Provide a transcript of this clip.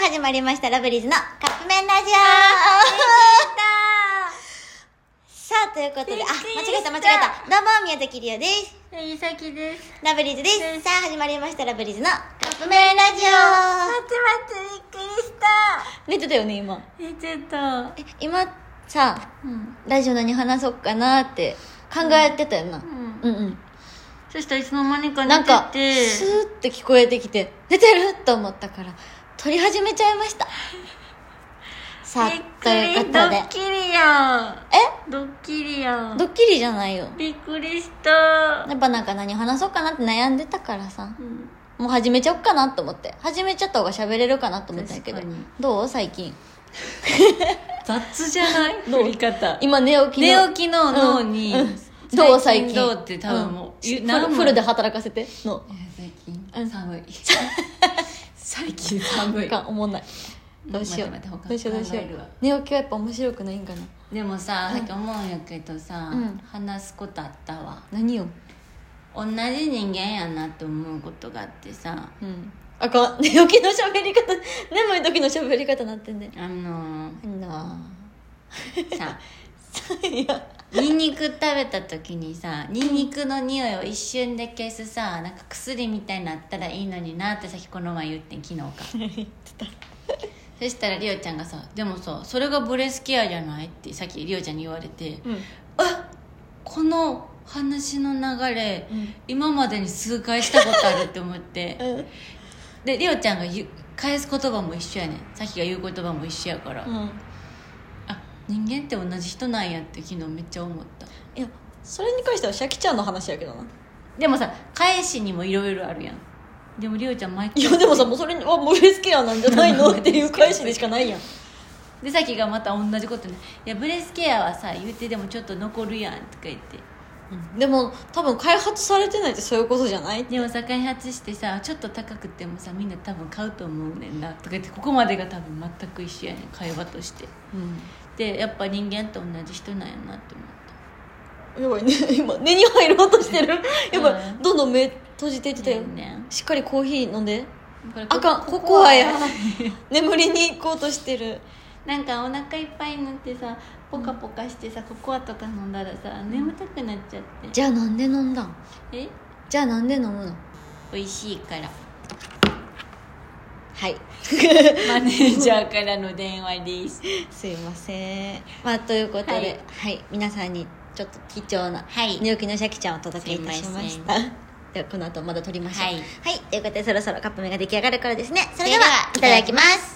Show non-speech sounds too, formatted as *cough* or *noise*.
始まりましたラブリーズのカップ麺ラジオさあということであびっくり間違えた間違したえたどうも宮崎りおですえりさきですラブリーズですですさあ始まりましたラブリーズのカップ麺ラジオって待ってびっくりした寝てたよね今えちょっとえ今さうん、ラジオ何話そうかなって考えてたよなうん、うんうんそしたらいつの間にかなんか寝ててスーって聞こえてきて出てると思ったから撮り始めちゃいましたさびっあとくいうりこドとでッキリやえんドッキリやんドッキリじゃないよびっくりしたやっぱなんか何話そうかなって悩んでたからさうんもう始めちゃおっかなと思って始めちゃった方が喋れるかなと思ったんやけど確かにどう最近雑じゃない *laughs* どう振り方今寝起き寝の起きの脳に、うんどう最近どうって多分もう、うん何フもルフルで働かせてのいや最う近ん *laughs* 寒い最近寒いか思んないどうしよう待って待ってどうしようどうしよう考えるわ寝起きはやっぱ面白くないんかなでもささっき思うんやけどさ、うん話すことあったわ何よ同じ人間やなって思うことがあってさうんあかん寝 *laughs* 起きの喋り方眠い時の喋り方なってんねあのな *laughs* ーさあいやニンニク食べた時にさニンニクの匂いを一瞬で消すさなんか薬みたいになったらいいのになってさっきこの *laughs* 前言ってん昨日かそしたらりおちゃんがさ「でもさそれがブレスケアじゃない?」ってさっきりおちゃんに言われて、うんあこの話の流れ、うん今までに数回したことあるって思って、でりおちゃんが言う返す言葉も一緒やねんさっきが言う言葉も一緒やから、うんあ人間って同じ人なんやって昨日めっちゃ思ったいやそれに関してはシャキちゃんの話やけどなでもさ返しにもいろいろあるやんでもりおちゃん毎い回やでもさもうそれに「あモレスケアなんじゃないの?」っていう返しでしかないやんでさっきがまた同じことね「いやブレスケアはさ言うてでもちょっと残るやん」とか言ってでも多分開発されてないってそういうことじゃないでもさ開発してさちょっと高くてもさみんな多分買うと思うねんなとか言ってここまでが多分全く一緒やねん会話としてうんでやっぱ人間と同じ人なんやなって思っやばいね *laughs* 今根に入ろうとしてるやばういどんどん目閉じていってたたよねんしっかりコーヒー飲んでこれあかんココアや *laughs* 眠りに行こうとしてる *laughs* なんかお腹いっぱいになってさポカポカしてさココアとか飲んだらさ眠たくなっちゃってじゃあなんで飲んだんえじゃあなんで飲むの美味しいからはいマネージャーからの電話です *laughs* すいませんまあということでははいい、皆さんにちょっと貴重なはい寝起きのシャキちゃんをお届けいたしましたすではこの後まだ撮りましょうははいい、ということでそろそろカップ麺が出来上がるからですねそれでそれでははいただきます